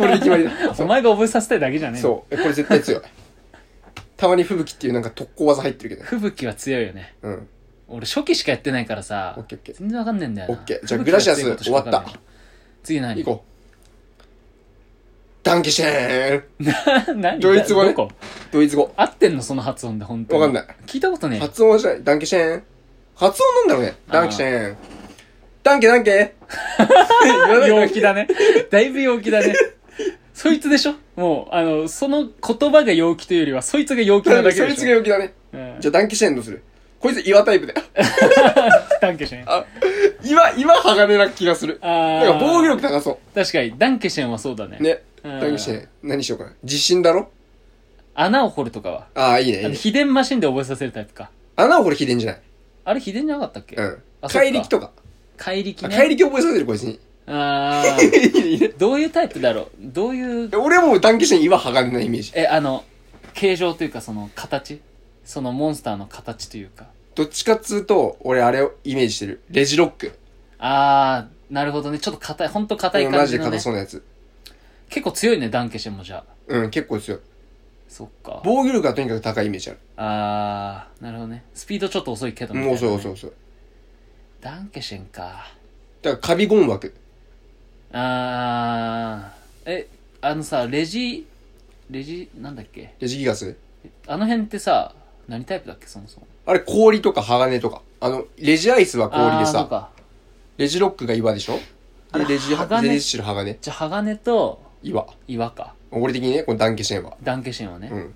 Speaker 2: れで決まりだ
Speaker 1: お前が覚えさせたいだけじゃねえの
Speaker 2: そうえこれ絶対強いたまに吹雪っていうなんか特攻技入ってるけど
Speaker 1: 吹雪は強いよね
Speaker 2: うん
Speaker 1: 俺初期しかやってないからさ
Speaker 2: オッケーオッケー
Speaker 1: 全然わかんねえんだよな
Speaker 2: オッケーじゃあグラシアス終わっ
Speaker 1: 吹雪
Speaker 2: た
Speaker 1: は強いことしかわかんない次何
Speaker 2: 行こうダンケシェー
Speaker 1: う
Speaker 2: ン
Speaker 1: 何
Speaker 2: ドイツ語ね
Speaker 1: どこ
Speaker 2: ドイツ語
Speaker 1: 合ってんのその発音で本当に
Speaker 2: わかんない
Speaker 1: 聞いたことねえ
Speaker 2: 発音はしないダンケシェーン発音なんだろうねダンケシェーンダンケダ ンケ言わない
Speaker 1: 陽気だ ね。だいぶ陽気だね。そいつでしょもう、あの、その言葉が陽気というよりは、そいつが陽気なだけ
Speaker 2: そ
Speaker 1: で
Speaker 2: い
Speaker 1: し
Speaker 2: つ
Speaker 1: ょ。
Speaker 2: が陽気だね。
Speaker 1: うん
Speaker 2: じゃあ、ダンケシェーンどうするこいつ岩タイプ だよ。
Speaker 1: ダンケシェン。
Speaker 2: あ、岩、岩鋼な気がする。
Speaker 1: あ
Speaker 2: だ
Speaker 1: ー
Speaker 2: から防御力高そ
Speaker 1: 確かに、ダンケシェンはそうだね。
Speaker 2: う。ね。
Speaker 1: うん
Speaker 2: ダンケシェーン、何しようかな。地震だろ
Speaker 1: 穴を掘るとかは。
Speaker 2: ああ、いいね、い
Speaker 1: あ
Speaker 2: い
Speaker 1: の
Speaker 2: ね。
Speaker 1: 秘伝マシンで覚えさせるタイプか。
Speaker 2: 穴を掘る秘伝じゃない。
Speaker 1: あれ秘伝じゃなかったっけ
Speaker 2: うん。
Speaker 1: あそっか
Speaker 2: 怪力とか。
Speaker 1: 怪力
Speaker 2: あ
Speaker 1: ね。
Speaker 2: 怪力覚えさせてる、こいつに。
Speaker 1: あ
Speaker 2: いいね、いいね。
Speaker 1: ーどう いうタイプだろうどういう、
Speaker 2: 俺はもうダンケシェーン岩鋼なイメージ。
Speaker 1: え、あの、形状というか、その形そのモンスターの形というか。
Speaker 2: どっちかっつうと、俺あれをイメージしてる。レジロック。
Speaker 1: あー、なるほどね。ちょっと硬い、ほんと硬い
Speaker 2: マ
Speaker 1: 感
Speaker 2: ジ
Speaker 1: じ
Speaker 2: で
Speaker 1: の
Speaker 2: 硬
Speaker 1: ね。
Speaker 2: そうなやつ。
Speaker 1: 結構強いね、ダンケシェンもじゃあ。
Speaker 2: うん、結構強い。
Speaker 1: そっか。
Speaker 2: 防御力がとにかく高いイメージある。
Speaker 1: あー、なるほどね。スピードちょっと遅いけどみたいな
Speaker 2: もう
Speaker 1: ね
Speaker 2: そうそうそう。
Speaker 1: ダンケシェンか。
Speaker 2: だから、カビゴン枠。
Speaker 1: あー、え、あのさ、レジ、レジ、なんだっけ
Speaker 2: レジギガス
Speaker 1: あの辺ってさ、何タイプだっけそもそも。
Speaker 2: あれ、氷とか鋼とか。あの、レジアイスは氷で
Speaker 1: あーそう
Speaker 2: さ、
Speaker 1: か。
Speaker 2: レジロックが岩でしょ
Speaker 1: あ
Speaker 2: で、
Speaker 1: れ
Speaker 2: レジ、
Speaker 1: 鋼
Speaker 2: レジシル鋼、
Speaker 1: じゃあ、鋼と
Speaker 2: 岩。
Speaker 1: 岩か。
Speaker 2: 俺的にね、このダンケシェンは。
Speaker 1: ダンケシェンはね。
Speaker 2: うん。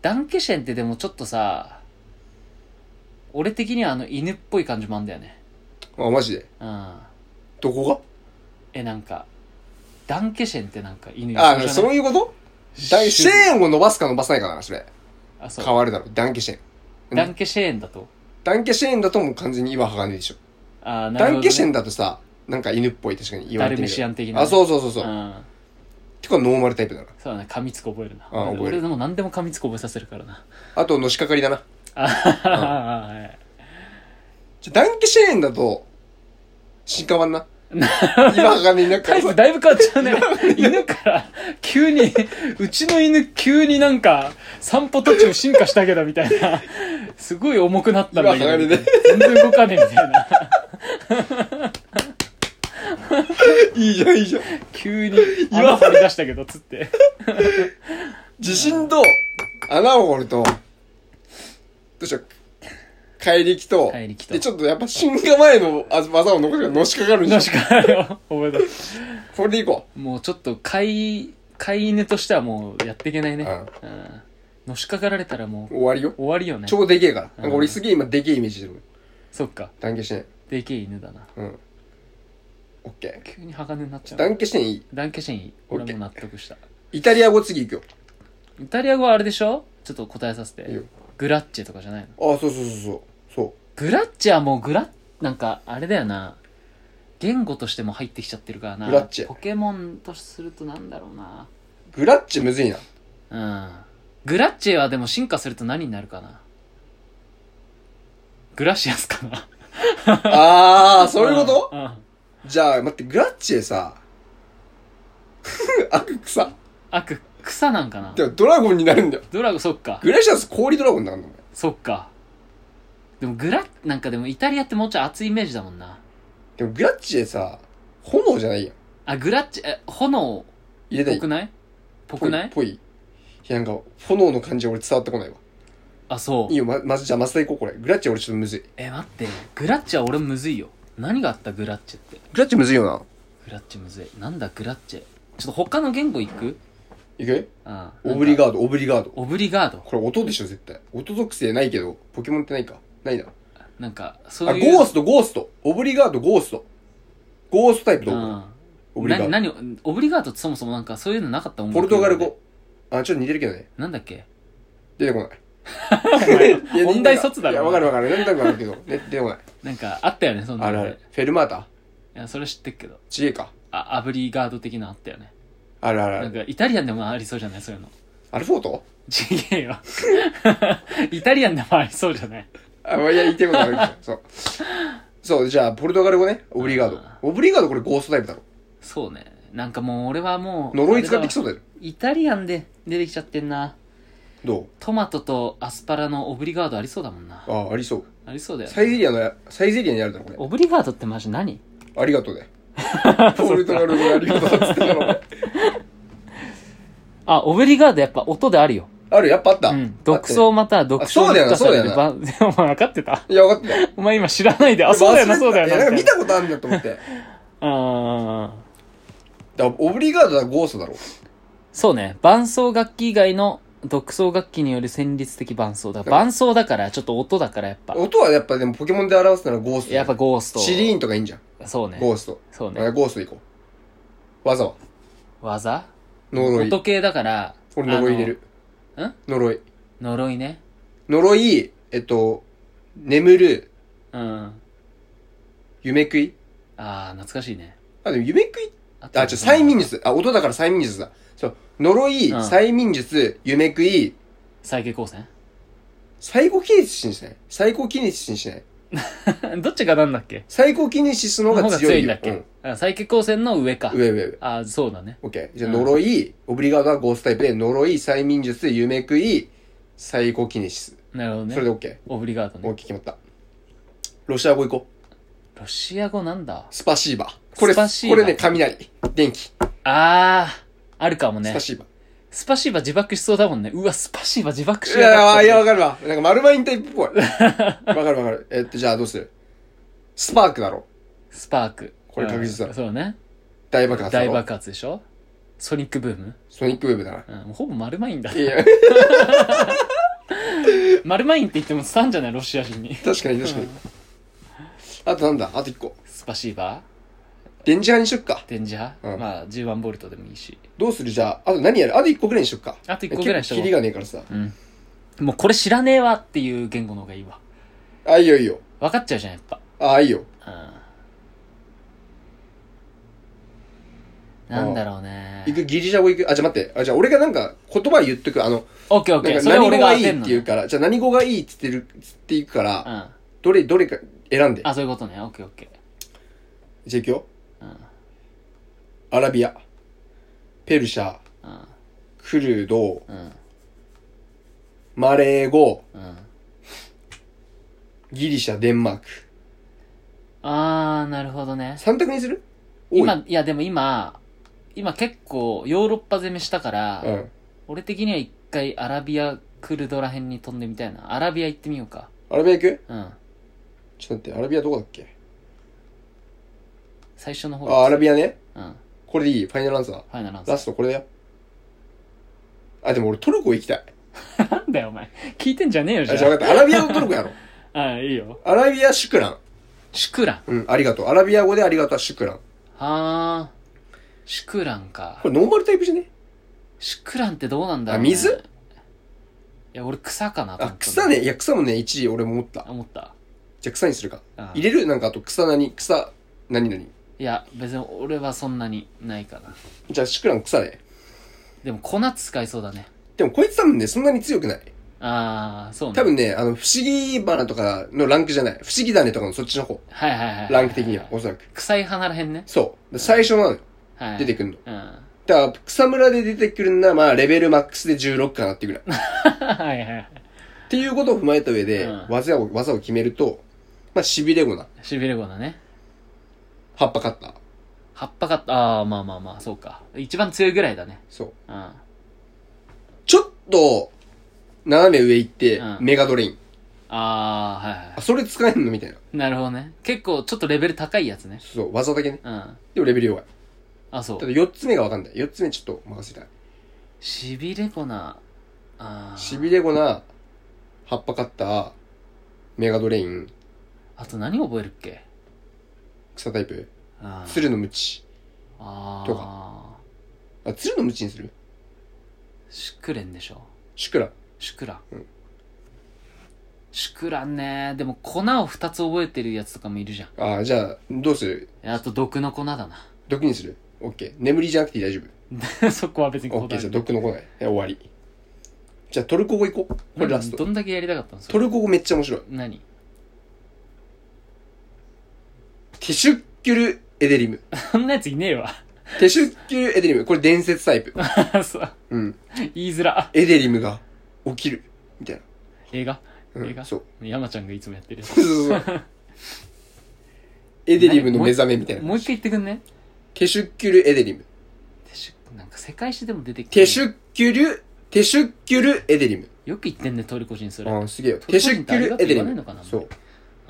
Speaker 1: ダンケシェンってでもちょっとさ、俺的にはあの犬っぽい感じもあんだよね。
Speaker 2: あ、マジで。
Speaker 1: うん。
Speaker 2: どこ
Speaker 1: え、なんか、ダンケシェンってなんか犬
Speaker 2: があ、
Speaker 1: 一緒じゃ
Speaker 2: そ
Speaker 1: ないう
Speaker 2: いうことダンシェーンを伸ばすか伸ばさないかな、それ。
Speaker 1: あ、そ
Speaker 2: 変
Speaker 1: う。
Speaker 2: わるだろ。ダンケシェン。
Speaker 1: ダンケシェーンだと。
Speaker 2: ダンケシェーンだともう完全に岩鋼でしょ。
Speaker 1: あーなる
Speaker 2: ダ
Speaker 1: ほど、ね。
Speaker 2: ンケシェンだとさ、なんか犬っぽい、確かに言われ
Speaker 1: ダル
Speaker 2: てみれば
Speaker 1: メシアン的な
Speaker 2: あ、そうそうそうそう。
Speaker 1: うん。
Speaker 2: てかノーマルタイプだな。
Speaker 1: そうだね、噛みつく覚えるな。
Speaker 2: あ覚える
Speaker 1: 俺でも何でも噛みつく覚えさせるからな。
Speaker 2: あと、のしかかりだな。
Speaker 1: ああ、 はい。
Speaker 2: じゃ、ダンケシェーンだと、進化版な。岩鋼になっか
Speaker 1: タイプだいぶ変わっちゃうね。 犬から、急に、うちの犬急になんか、散歩途中進化したけどみたいな。すごい重くなったんだけ
Speaker 2: 今
Speaker 1: ど。
Speaker 2: 鋼で
Speaker 1: 全然動かねえみたいな。
Speaker 2: いいじゃん、いいじゃん。
Speaker 1: 急に、穴掘り出したけど、つって。
Speaker 2: 地震と、穴を掘ると、どうしよう。怪力と、
Speaker 1: 怪力と
Speaker 2: で、ちょっとやっぱ進化前のあ技を残すからのしかかるんじゃ
Speaker 1: の
Speaker 2: ん
Speaker 1: し。かないよ、覚えた。
Speaker 2: これでいこ
Speaker 1: もうちょっと飼い、飼い犬としてはもうやっていけないね。
Speaker 2: う
Speaker 1: うん。のしかかられたらも
Speaker 2: う。
Speaker 1: う
Speaker 2: 終わりよ。
Speaker 1: 終わりよね。
Speaker 2: 超でけえから。
Speaker 1: ん
Speaker 2: なんか俺すげえ今でけえイメージしてる。
Speaker 1: そっか。
Speaker 2: 断消してね。
Speaker 1: でけえ犬だな。
Speaker 2: うん。オッケ
Speaker 1: 急に鋼になっちゃ
Speaker 2: ー。
Speaker 1: う。
Speaker 2: 断消していい。
Speaker 1: ダンケシェンいい。
Speaker 2: オッ
Speaker 1: 俺
Speaker 2: ケー
Speaker 1: も納得した。
Speaker 2: イタリア語次行く
Speaker 1: イタリア語はあれでしょちょっと答えさせ
Speaker 2: いいよ
Speaker 1: て。グラッチェとかじゃないの
Speaker 2: よ。あ、そうそうそうそう。そう。
Speaker 1: グラッチェはもうグラッ、なんかあれだよな。言語としても入ってきちゃってるからな。
Speaker 2: グラッチェ
Speaker 1: ポケモンとするとなんだろうな。
Speaker 2: グラッチむずいな。
Speaker 1: うん。グラッチェはでも進化すると何になるかなグラシアスかな
Speaker 2: あー、そういうこと
Speaker 1: うん。うん
Speaker 2: じゃあ、待って、グラッチでさ、 あ、草。
Speaker 1: あく、草なんかな
Speaker 2: でもドラゴンになるんだよ。
Speaker 1: ドラゴン、そっか。
Speaker 2: グラシアス氷ドラゴンなんだもん。
Speaker 1: そっか。でもグラッ、なんかでもイタリアってもうちょい熱いイメージだもんな。
Speaker 2: でもグラッチでさ、炎じゃないやん。
Speaker 1: あ、グラッチ、え、炎、
Speaker 2: 入れた
Speaker 1: ぽ
Speaker 2: い
Speaker 1: く。ないぽくない
Speaker 2: ぽい。いや、なんか、炎の感じ俺伝わってこないわ。
Speaker 1: あ、そ。
Speaker 2: いいうよ、ま、まず、じゃあ、マスター行こう、これ。グラッチ俺ちょっとむずい。
Speaker 1: え、待って。グラッチは俺むずいよ。何があったグラッチって。
Speaker 2: グラッチむずいよな。
Speaker 1: グラッチむずい。なんだグラッチ。ちょっと他の言語いく
Speaker 2: いく
Speaker 1: あ
Speaker 2: オブリ
Speaker 1: ード。
Speaker 2: ガード、オブリガード。
Speaker 1: オブリガード。
Speaker 2: これ音でしょ、絶対。音属性ないけど、ポケモンってないか。ないな。
Speaker 1: なんか、そ
Speaker 2: あ、
Speaker 1: ういう。
Speaker 2: ゴースト、ゴースト。オブリガード、ゴースト。ゴーストタイプどうオ
Speaker 1: うん。
Speaker 2: ブリ
Speaker 1: な
Speaker 2: ガード。
Speaker 1: 何を、オブリガードってそもそもなんかそういうのなかった音
Speaker 2: ポ
Speaker 1: 楽
Speaker 2: ルトガル語。あ、ちょっと似てるけどね。
Speaker 1: なんだっけ
Speaker 2: 出てこ ない。
Speaker 1: 前音大卒だろ
Speaker 2: いや、わかるわかる。なんとなくわ かるけど。ね、出てこない。
Speaker 1: なんかあったよね、そんな
Speaker 2: あ
Speaker 1: の
Speaker 2: るある。フェルマータ
Speaker 1: いや、それ知ってっけど。
Speaker 2: 知恵か。
Speaker 1: あ炙りガード的なあったよね
Speaker 2: あるあるあ
Speaker 1: なん
Speaker 2: る。
Speaker 1: かイタリアンでもありそうじゃないそういうの
Speaker 2: アルフォート
Speaker 1: ちげえよ イタリアンでもありそうじゃない
Speaker 2: あ、まあ、いや、言ってることあるけど。そう。そう、じゃあ、ポルトガル語ね。オブリガード
Speaker 1: あ。
Speaker 2: オブリガードこれゴーストタイプだろ。
Speaker 1: そうねなんかもう俺はもう
Speaker 2: 呪い使ってきそうだよ。
Speaker 1: イタリアンで出てきちゃってんな
Speaker 2: どう
Speaker 1: トマトとアスパラのオブリガードありそうだもんな
Speaker 2: ああ、ありそう。
Speaker 1: ありそうだよ
Speaker 2: サイゼリアのや、サイゼリアにあるだろ、これ。
Speaker 1: オブリガードってマジ何
Speaker 2: ありがとう ね。ポルトガル語でありがとうっつってたから。
Speaker 1: あオブリガードやっぱ音であるよ
Speaker 2: ある、やっぱあった。
Speaker 1: うん独走または独走
Speaker 2: あそうだよな
Speaker 1: され
Speaker 2: そう
Speaker 1: る
Speaker 2: だよ
Speaker 1: ば お前分かってた
Speaker 2: いや、分かったよ。
Speaker 1: お前今知らないであそうだよなそうだよな
Speaker 2: 忘れてたいや、なんか
Speaker 1: み
Speaker 2: 見
Speaker 1: たい
Speaker 2: たことあるんだと 思って。だか
Speaker 1: なあー
Speaker 2: らオブリガードはゴーストだろ。
Speaker 1: そうね伴奏楽器以外の独奏楽器による旋律的伴奏だ伴奏だからちょっと音だからやっぱ
Speaker 2: 音はやっぱでもポケモンで表すならゴーストだよ。
Speaker 1: やっぱゴースト
Speaker 2: シリーンとかいいんじゃん。
Speaker 1: そうね
Speaker 2: ゴースト。
Speaker 1: そう
Speaker 2: あ
Speaker 1: ね
Speaker 2: ゴースト行こう。わざわ。
Speaker 1: 技
Speaker 2: 呪い。
Speaker 1: 音系だから
Speaker 2: 俺呪い入れる。
Speaker 1: あのん
Speaker 2: 呪い。
Speaker 1: 呪いね
Speaker 2: 呪い、えっと、眠る、
Speaker 1: うん
Speaker 2: 夢食い。
Speaker 1: ああ懐かしいね
Speaker 2: あ、でも夢食い、
Speaker 1: あと
Speaker 2: あ、ちょ、催眠術。あ、音だから催眠術だ。そう。呪い、
Speaker 1: うん
Speaker 2: 催眠術、夢食い、
Speaker 1: 再起光線
Speaker 2: 最高キネシスにしない最高キネシスにしない
Speaker 1: どっちがなんだっけ
Speaker 2: 最高キネシスの方
Speaker 1: の方
Speaker 2: が
Speaker 1: が
Speaker 2: 強
Speaker 1: 強い
Speaker 2: い
Speaker 1: ん
Speaker 2: よ
Speaker 1: だっけ、あ再起光線の上か
Speaker 2: うん、上上上。
Speaker 1: ああそうだね
Speaker 2: オッケー。じゃあ、
Speaker 1: うん
Speaker 2: 呪い、オブリガードはゴーストタイプで、呪い、催眠術、夢食い、最高キネシス。
Speaker 1: なるほど
Speaker 2: そ
Speaker 1: ね
Speaker 2: れでオッケ
Speaker 1: オブリガード
Speaker 2: ー。オッ
Speaker 1: ね
Speaker 2: ケー決まった。ロシア語行こう。
Speaker 1: ロシア語なんだ
Speaker 2: スパシーバ。これ、
Speaker 1: スパシーバ
Speaker 2: これね、雷。電気。
Speaker 1: あーあるかも
Speaker 2: ス
Speaker 1: ね
Speaker 2: パシーバ。
Speaker 1: スパシーバ自爆しそうだもんねうわスパシーバ自爆し
Speaker 2: い
Speaker 1: や
Speaker 2: や
Speaker 1: がっ
Speaker 2: ー、い
Speaker 1: た
Speaker 2: や、わかるわ。なんか丸マインタイプっぽい。 わかるわかる。えっと、じゃあどうするスパークだろ。
Speaker 1: スパーク
Speaker 2: これ確実だ
Speaker 1: うんそうね
Speaker 2: 大爆発だろ。
Speaker 1: 大爆発でしょソニックブーム、
Speaker 2: ソニックウェーブだな。
Speaker 1: うん、ほぼ丸まいんだ
Speaker 2: いや、
Speaker 1: 丸まいんって言ってもスタンじゃないロシア人に
Speaker 2: 確かに確かに。あとなんだあと一個。
Speaker 1: スパシーバ
Speaker 2: 電磁波にしとくか。
Speaker 1: 電磁波、
Speaker 2: うん
Speaker 1: まあ10万ボルトでもいいし
Speaker 2: どうするじゃあ、あと何やるあと一個ぐらいにしとくか。
Speaker 1: あと一個ぐらいにしとこう
Speaker 2: 結構キリがねえからさ。
Speaker 1: うんもうこれ知らねえわっていう言語の方がいいわ
Speaker 2: あ、いいよいいよ。
Speaker 1: 分かっちゃうじゃんやっぱ
Speaker 2: あ、いいよ。
Speaker 1: うんなんだろうね
Speaker 2: 行く、ギリシャ語行く。あ、じゃあ待って。あ、じゃあ俺がなんか言葉言っとく。あの、
Speaker 1: オッケーオッ
Speaker 2: な
Speaker 1: ケ
Speaker 2: ん
Speaker 1: ー
Speaker 2: か
Speaker 1: それ
Speaker 2: 何語
Speaker 1: 俺が
Speaker 2: が
Speaker 1: 当
Speaker 2: いい
Speaker 1: て
Speaker 2: っ
Speaker 1: んの
Speaker 2: て言う
Speaker 1: ね
Speaker 2: から、じゃあ何語がいいって言ってる、つっていくか
Speaker 1: う
Speaker 2: ら、
Speaker 1: ん
Speaker 2: どれ、どれか選んで。
Speaker 1: あそういうことねオッケーオッケ
Speaker 2: じゃあ行くよ。
Speaker 1: ーうん
Speaker 2: アラビア、ペルシャ、
Speaker 1: うん
Speaker 2: クルド、
Speaker 1: うん
Speaker 2: マレー語、
Speaker 1: うん
Speaker 2: ギリシャ、デンマーク。
Speaker 1: あーなるほどね
Speaker 2: 三択にする多い
Speaker 1: 今いやでも今今結構ヨーロッパ攻めしたから、
Speaker 2: うん。
Speaker 1: 俺的には一回アラビアクルドら辺に飛んでみたいなアラビア行ってみようか
Speaker 2: アラビア行く
Speaker 1: うん
Speaker 2: ちょっと待って、アラビアどこだっけ
Speaker 1: 最初の方
Speaker 2: あ、アラビアね。
Speaker 1: うん
Speaker 2: これでいいファイナルアンサー。
Speaker 1: ファイナルアンサ
Speaker 2: ラ
Speaker 1: ー
Speaker 2: ストこれだよ。あ、でも俺トルコ行きたい。
Speaker 1: なんだよお前聞いてんじゃねえよ
Speaker 2: あ、
Speaker 1: じ
Speaker 2: じゃあ
Speaker 1: ゃ
Speaker 2: 分かった。アラビアとトルコやろ。
Speaker 1: ああいいよ
Speaker 2: アラビア、シュクラン。
Speaker 1: シュクラン
Speaker 2: うん、ありがとう。アラビア語でありがとうはシュクラン。
Speaker 1: はあシュクランか
Speaker 2: これノーマルタイプじゃね
Speaker 1: シュクランってどうなんだろう、
Speaker 2: あ水
Speaker 1: いや俺草かなと
Speaker 2: あ
Speaker 1: 思、った
Speaker 2: 草ね。いや、草もね、1位俺も思った。
Speaker 1: 思った
Speaker 2: じゃあ草にするか。
Speaker 1: うん
Speaker 2: 入れるなんかあと草何草、何何
Speaker 1: いや別に俺はそんなにないかな
Speaker 2: じゃあシュクラン草で。
Speaker 1: でも粉使いそうだね
Speaker 2: でもこいつ多分ね、そんなに強くない。
Speaker 1: ああそうね
Speaker 2: 多分ね、あの、不思議花とかのランクじゃない。不思議種とかのそっちの方。
Speaker 1: はいはいはい
Speaker 2: ランク的には、おそらく。
Speaker 1: 臭い花らへんね
Speaker 2: そう。最初なのよ。
Speaker 1: はい
Speaker 2: 出てくるの。
Speaker 1: うん は
Speaker 2: だから、草むらで出てくるのは、まあ、レベルマックスで16かなってぐらい。っ
Speaker 1: いはいはい
Speaker 2: ていうことを踏まえた上で、
Speaker 1: うん
Speaker 2: 技を、技を決めると、まあ、痺れ子な。
Speaker 1: しびれ粉だね
Speaker 2: 葉っぱカッター。
Speaker 1: 葉っぱかああまあまあまあそうか一番強いぐらいだね
Speaker 2: そう。
Speaker 1: うん
Speaker 2: ちょっと、斜め上行って、
Speaker 1: うん
Speaker 2: メガドレイン。
Speaker 1: ああーはいは
Speaker 2: あ、それ使えんのみたいな。
Speaker 1: いなるほどね結構ちょっとレベル高いやつね
Speaker 2: そう、技だけね。
Speaker 1: うん
Speaker 2: でもレベル弱い。
Speaker 1: あそう
Speaker 2: ただ、4つ目がわかんない。4つ目ちょっと任せたい。
Speaker 1: しびれ粉なあー
Speaker 2: 痺れ子な、葉っぱカッター、メガドレイン、
Speaker 1: あと何覚えるっけ
Speaker 2: 草タイプ、
Speaker 1: あー
Speaker 2: 鶴のムチ。
Speaker 1: あ
Speaker 2: と
Speaker 1: か
Speaker 2: あ、鶴のムチにする
Speaker 1: シュクレンでしょ
Speaker 2: シュクラ。
Speaker 1: シュクラン、
Speaker 2: うん
Speaker 1: シュクランねでも粉を2つ覚えてるやつとかもいるじゃん
Speaker 2: ああ、じゃあ、どうする
Speaker 1: あと毒の粉だな
Speaker 2: 毒にする ?OK。眠りじゃなくていい大丈
Speaker 1: そこは別に
Speaker 2: 夫。
Speaker 1: 答
Speaker 2: OK。じ
Speaker 1: え
Speaker 2: ゃあ、毒の来ない。え終わり。じゃあ、トルコ語行こう。これラスト
Speaker 1: ど。んだけやりたかったんです
Speaker 2: ト
Speaker 1: か
Speaker 2: ルコ語めっちゃ面白い。
Speaker 1: 何
Speaker 2: テシュッキュル・エデリム。
Speaker 1: そんなやついねえわ。
Speaker 2: テシュッキュル・エデリム。これ伝説タイプ。
Speaker 1: そう。
Speaker 2: うん。
Speaker 1: 言いづら。
Speaker 2: エデリムが起きる。みたいな。
Speaker 1: 映画
Speaker 2: うん
Speaker 1: 映画
Speaker 2: そう。
Speaker 1: 山ちゃんがいつもやってるやつ。
Speaker 2: そうそうそう。エデリムの目覚めみたい
Speaker 1: も
Speaker 2: な
Speaker 1: う。一回言ってくんね。
Speaker 2: テシュッキュル・エデリム。
Speaker 1: テシュなんか世界史でも出てきて
Speaker 2: テシュッキュル、テシュッキュル・エデリム。
Speaker 1: よく言ってんね、トルコ人それ。
Speaker 2: あ
Speaker 1: う
Speaker 2: あ、すげえよ。
Speaker 1: トル
Speaker 2: テ
Speaker 1: コ
Speaker 2: シ
Speaker 1: 人
Speaker 2: ュ
Speaker 1: っ
Speaker 2: ッ
Speaker 1: て
Speaker 2: キ
Speaker 1: あれ
Speaker 2: ュ
Speaker 1: だっ
Speaker 2: ル・
Speaker 1: て
Speaker 2: エ
Speaker 1: 言
Speaker 2: デリ
Speaker 1: わないの
Speaker 2: ム
Speaker 1: かな。
Speaker 2: そう。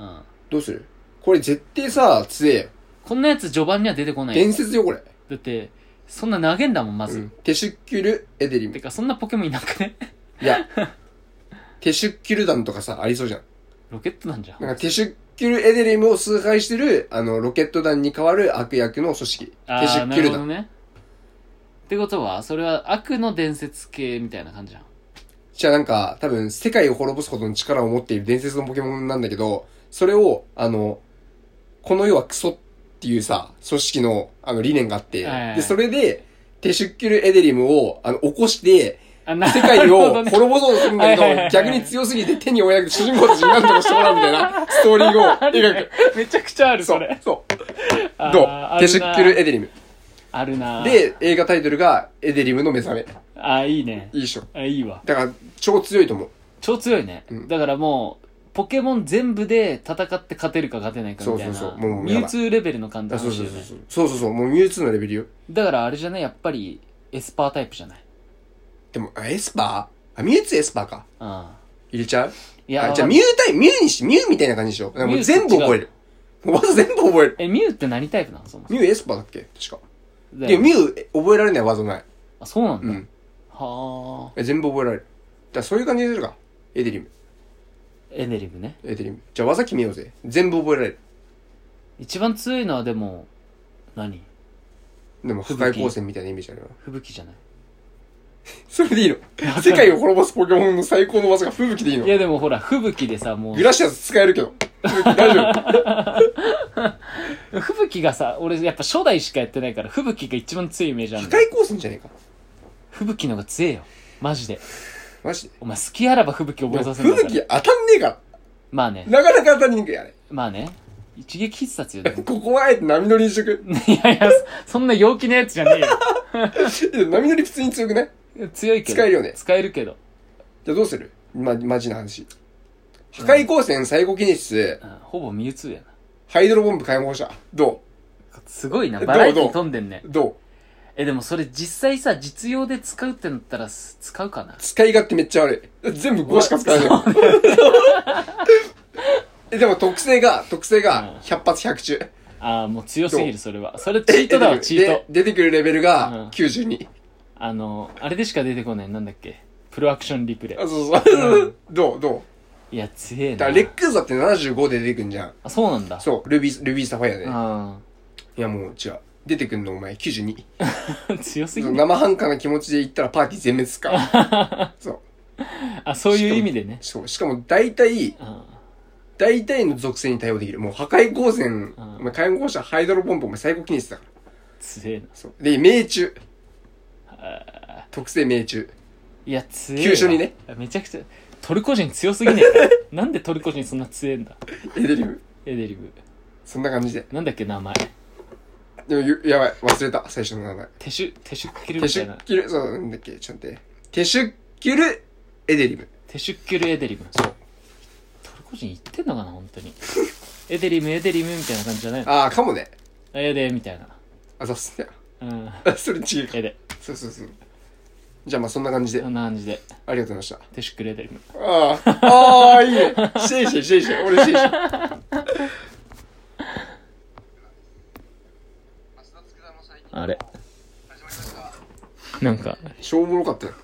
Speaker 1: ん。
Speaker 2: どうするこれ絶対さ、強えよ。
Speaker 1: こんなやつ序盤には出てこないよ。
Speaker 2: 伝説よ、これ。
Speaker 1: だって、そんな投げんだもん、ま
Speaker 2: う
Speaker 1: ず。
Speaker 2: ん。テシュッキュル・エデリム
Speaker 1: て。か、そんなポケモンいなくね
Speaker 2: いや、テシュッキュル弾とかさ、ありそうじゃん。
Speaker 1: ロケットなんじゃん。
Speaker 2: なんかテシュッキュル・エデリムを崇拝してる、あの、ロケット弾に代わる悪役の組織。テ
Speaker 1: あ
Speaker 2: シ
Speaker 1: あ、
Speaker 2: ュッ
Speaker 1: な
Speaker 2: キュ
Speaker 1: る
Speaker 2: ル
Speaker 1: ほど
Speaker 2: 弾。
Speaker 1: ね。ってことは、それは悪の伝説系みたいな感じじゃん。
Speaker 2: じゃあなんか、多分、世界を滅ぼすほどの力を持っている伝説のポケモンなんだけど、それを、あの、この世はクソっていうさ、組織の、あの、理念があって、
Speaker 1: はいはい
Speaker 2: で、それで、テシュッキュル・エデリムを、あの、起 こして、
Speaker 1: あ、な
Speaker 2: 世界
Speaker 1: なるほど
Speaker 2: を
Speaker 1: ね
Speaker 2: 滅ぼそうとするんだけ
Speaker 1: はいはいは
Speaker 2: ど、
Speaker 1: い
Speaker 2: 逆に強すぎて手に負えなくて主人公たちになんとかしてもらうみたいな、ストーリーを
Speaker 1: ある
Speaker 2: 描
Speaker 1: ね
Speaker 2: く。
Speaker 1: めちゃくちゃある、
Speaker 2: そ
Speaker 1: そうれ。、
Speaker 2: そう。
Speaker 1: あー
Speaker 2: どう
Speaker 1: あるな
Speaker 2: テシュッキュル・エデリム。
Speaker 1: あるなで、
Speaker 2: で、映画タイトルが、エデリムの目覚め。
Speaker 1: あ、いいね。
Speaker 2: いいでしょ。
Speaker 1: あ、いいわ。
Speaker 2: だから、超強いと思う。
Speaker 1: 超強いね
Speaker 2: うん。
Speaker 1: だからもう、ポケモン全部で戦って勝てるか勝てないかみたい
Speaker 2: そう
Speaker 1: な。
Speaker 2: そうそうもう
Speaker 1: ミ
Speaker 2: やばい
Speaker 1: ュウツーレベルの感じ
Speaker 2: あ、
Speaker 1: だ
Speaker 2: そう
Speaker 1: ね
Speaker 2: そうそうそう。そうそうそう。もうミュウツーのレベルよ。
Speaker 1: だからあれじゃないやっぱり、エスパータイプじゃない
Speaker 2: でも、あエスパーあ、ミュウツーエスパーか。
Speaker 1: うん。
Speaker 2: 入れちゃう
Speaker 1: い
Speaker 2: あ、
Speaker 1: や、
Speaker 2: じゃあミュウ対、ミュウにし、ミュウみたいな感じでしょ。もう全部覚える。まず全部覚える。
Speaker 1: え、ミュウって何タイプなのそもそも
Speaker 2: ミュウエスパーだっけ確か。
Speaker 1: だ
Speaker 2: で
Speaker 1: よ
Speaker 2: も
Speaker 1: ね
Speaker 2: ミュウ覚えられない技ない。
Speaker 1: あ、そうなん
Speaker 2: う
Speaker 1: だ。
Speaker 2: ん。
Speaker 1: はあ。
Speaker 2: え全部覚えられる。だからそういう感じにするか。エデリム。
Speaker 1: エネリブね。
Speaker 2: エデリム。じゃあ技決めようぜ。全部覚えられる。
Speaker 1: 一番強いのはでも、何
Speaker 2: でも、破壊光線みたいなイメージあ るな。
Speaker 1: 吹雪じゃない
Speaker 2: それでいいの
Speaker 1: わかんない
Speaker 2: 世界を滅ぼすポケモンの最高の技が吹雪でいいの
Speaker 1: いやでもほら、吹雪でさ、も
Speaker 2: グラシアス使えるけど。吹雪大丈 夫。
Speaker 1: う、吹雪がさ、俺やっぱ初代しかやってないから、吹雪が一番強いイメージある
Speaker 2: 破
Speaker 1: んだよ。
Speaker 2: 壊光線じゃねえか。
Speaker 1: 吹雪の方が強えよ。マジで。
Speaker 2: マジで。
Speaker 1: お前好きあらば吹雪覚えさせんだか
Speaker 2: 吹
Speaker 1: ら
Speaker 2: 雪当たんねえから。
Speaker 1: まあね。
Speaker 2: なかなか当たりにくいあれ。。
Speaker 1: まあね。一撃必殺よ、でも
Speaker 2: ここはあえて波乗りにしとく。
Speaker 1: いやいや、そそんな陽気なやつじゃね
Speaker 2: いや波乗り普通に強くない
Speaker 1: えよ。強いけど。
Speaker 2: 使えるよね
Speaker 1: 使えるけど。
Speaker 2: じゃあどうするま、マジな話。破壊光線最後記日室、
Speaker 1: うんほぼミュウツーや
Speaker 2: ハイドロボンブ解放者。ど
Speaker 1: な。すごいな。
Speaker 2: どう
Speaker 1: バラエティ飛んでんね
Speaker 2: う。どう
Speaker 1: え、でもそれ実際さ、実用で使うってなったら、す使うかな。
Speaker 2: 使い勝手めっちゃ悪い。全部5しか使 えない。 えでも特性が、特性
Speaker 1: うん
Speaker 2: が、100発100中。
Speaker 1: ああ、もう強すぎる、それは。それチートだわ、
Speaker 2: で
Speaker 1: チート。
Speaker 2: 出てくるレベル
Speaker 1: う
Speaker 2: が
Speaker 1: ん
Speaker 2: 92。
Speaker 1: あの、あれでしか出てこない、なんだっけ。プロアクションリプレ
Speaker 2: あ、そうそうう。どうど
Speaker 1: イ。いや、強え
Speaker 2: うだ
Speaker 1: な
Speaker 2: から。レックスだって75で出てくんじゃん。
Speaker 1: あ、そうなんだ。
Speaker 2: そう、ルビー、ルビーサファイアで。
Speaker 1: あ
Speaker 2: いやもう違う。出てくんのお前92。
Speaker 1: あ、強すぎる。
Speaker 2: 生半可な気持ちで行ったらパーティー全滅っ すから。そう。
Speaker 1: あ、そういう意味でね。
Speaker 2: そう。しかも大体、
Speaker 1: うん。
Speaker 2: 大体の属性に対応できる。もう破壊光線、
Speaker 1: うん
Speaker 2: お前火炎放射、ハイドロポンプ、お前最高気にしてたから。
Speaker 1: 強えな。
Speaker 2: そう。で、命中。特性命中。
Speaker 1: いや、強えわ。
Speaker 2: 急所にね
Speaker 1: めちゃくちゃ、トルコ人強すぎ ねえなんでトルコ人そんな強えんだ
Speaker 2: エデリム。
Speaker 1: エデリブ。
Speaker 2: そんな感じで。
Speaker 1: なんだっけ、名前。
Speaker 2: でもゆ、やばい。忘れた。最初の名前。
Speaker 1: テシュ、テシュッキル
Speaker 2: テ
Speaker 1: み
Speaker 2: シ
Speaker 1: たい
Speaker 2: ュ
Speaker 1: な
Speaker 2: ッ。キル、そう、なんだっけ、ちょっと待って。テシュッキル、エデリム。
Speaker 1: テシュッキルエデリブ。
Speaker 2: そう。
Speaker 1: トルコ人言ってんのかな、本当に。 エデリム、エデリムみたいな感じじゃないの
Speaker 2: ああ、かもね。
Speaker 1: エデ、みたいな。
Speaker 2: あ、そうっすね。
Speaker 1: うん。
Speaker 2: あそれ違うか。
Speaker 1: エデ。
Speaker 2: そうそうそう。じゃあまあそんな感じで、
Speaker 1: こんな感じで。
Speaker 2: ありがとうございました。
Speaker 1: テシュッキルエデリブ。
Speaker 2: ああ、ああ、いいね。シェイシェイシェイシェイ。俺シェイシェイ。
Speaker 1: あれなんか、
Speaker 2: しょうもろかったよ。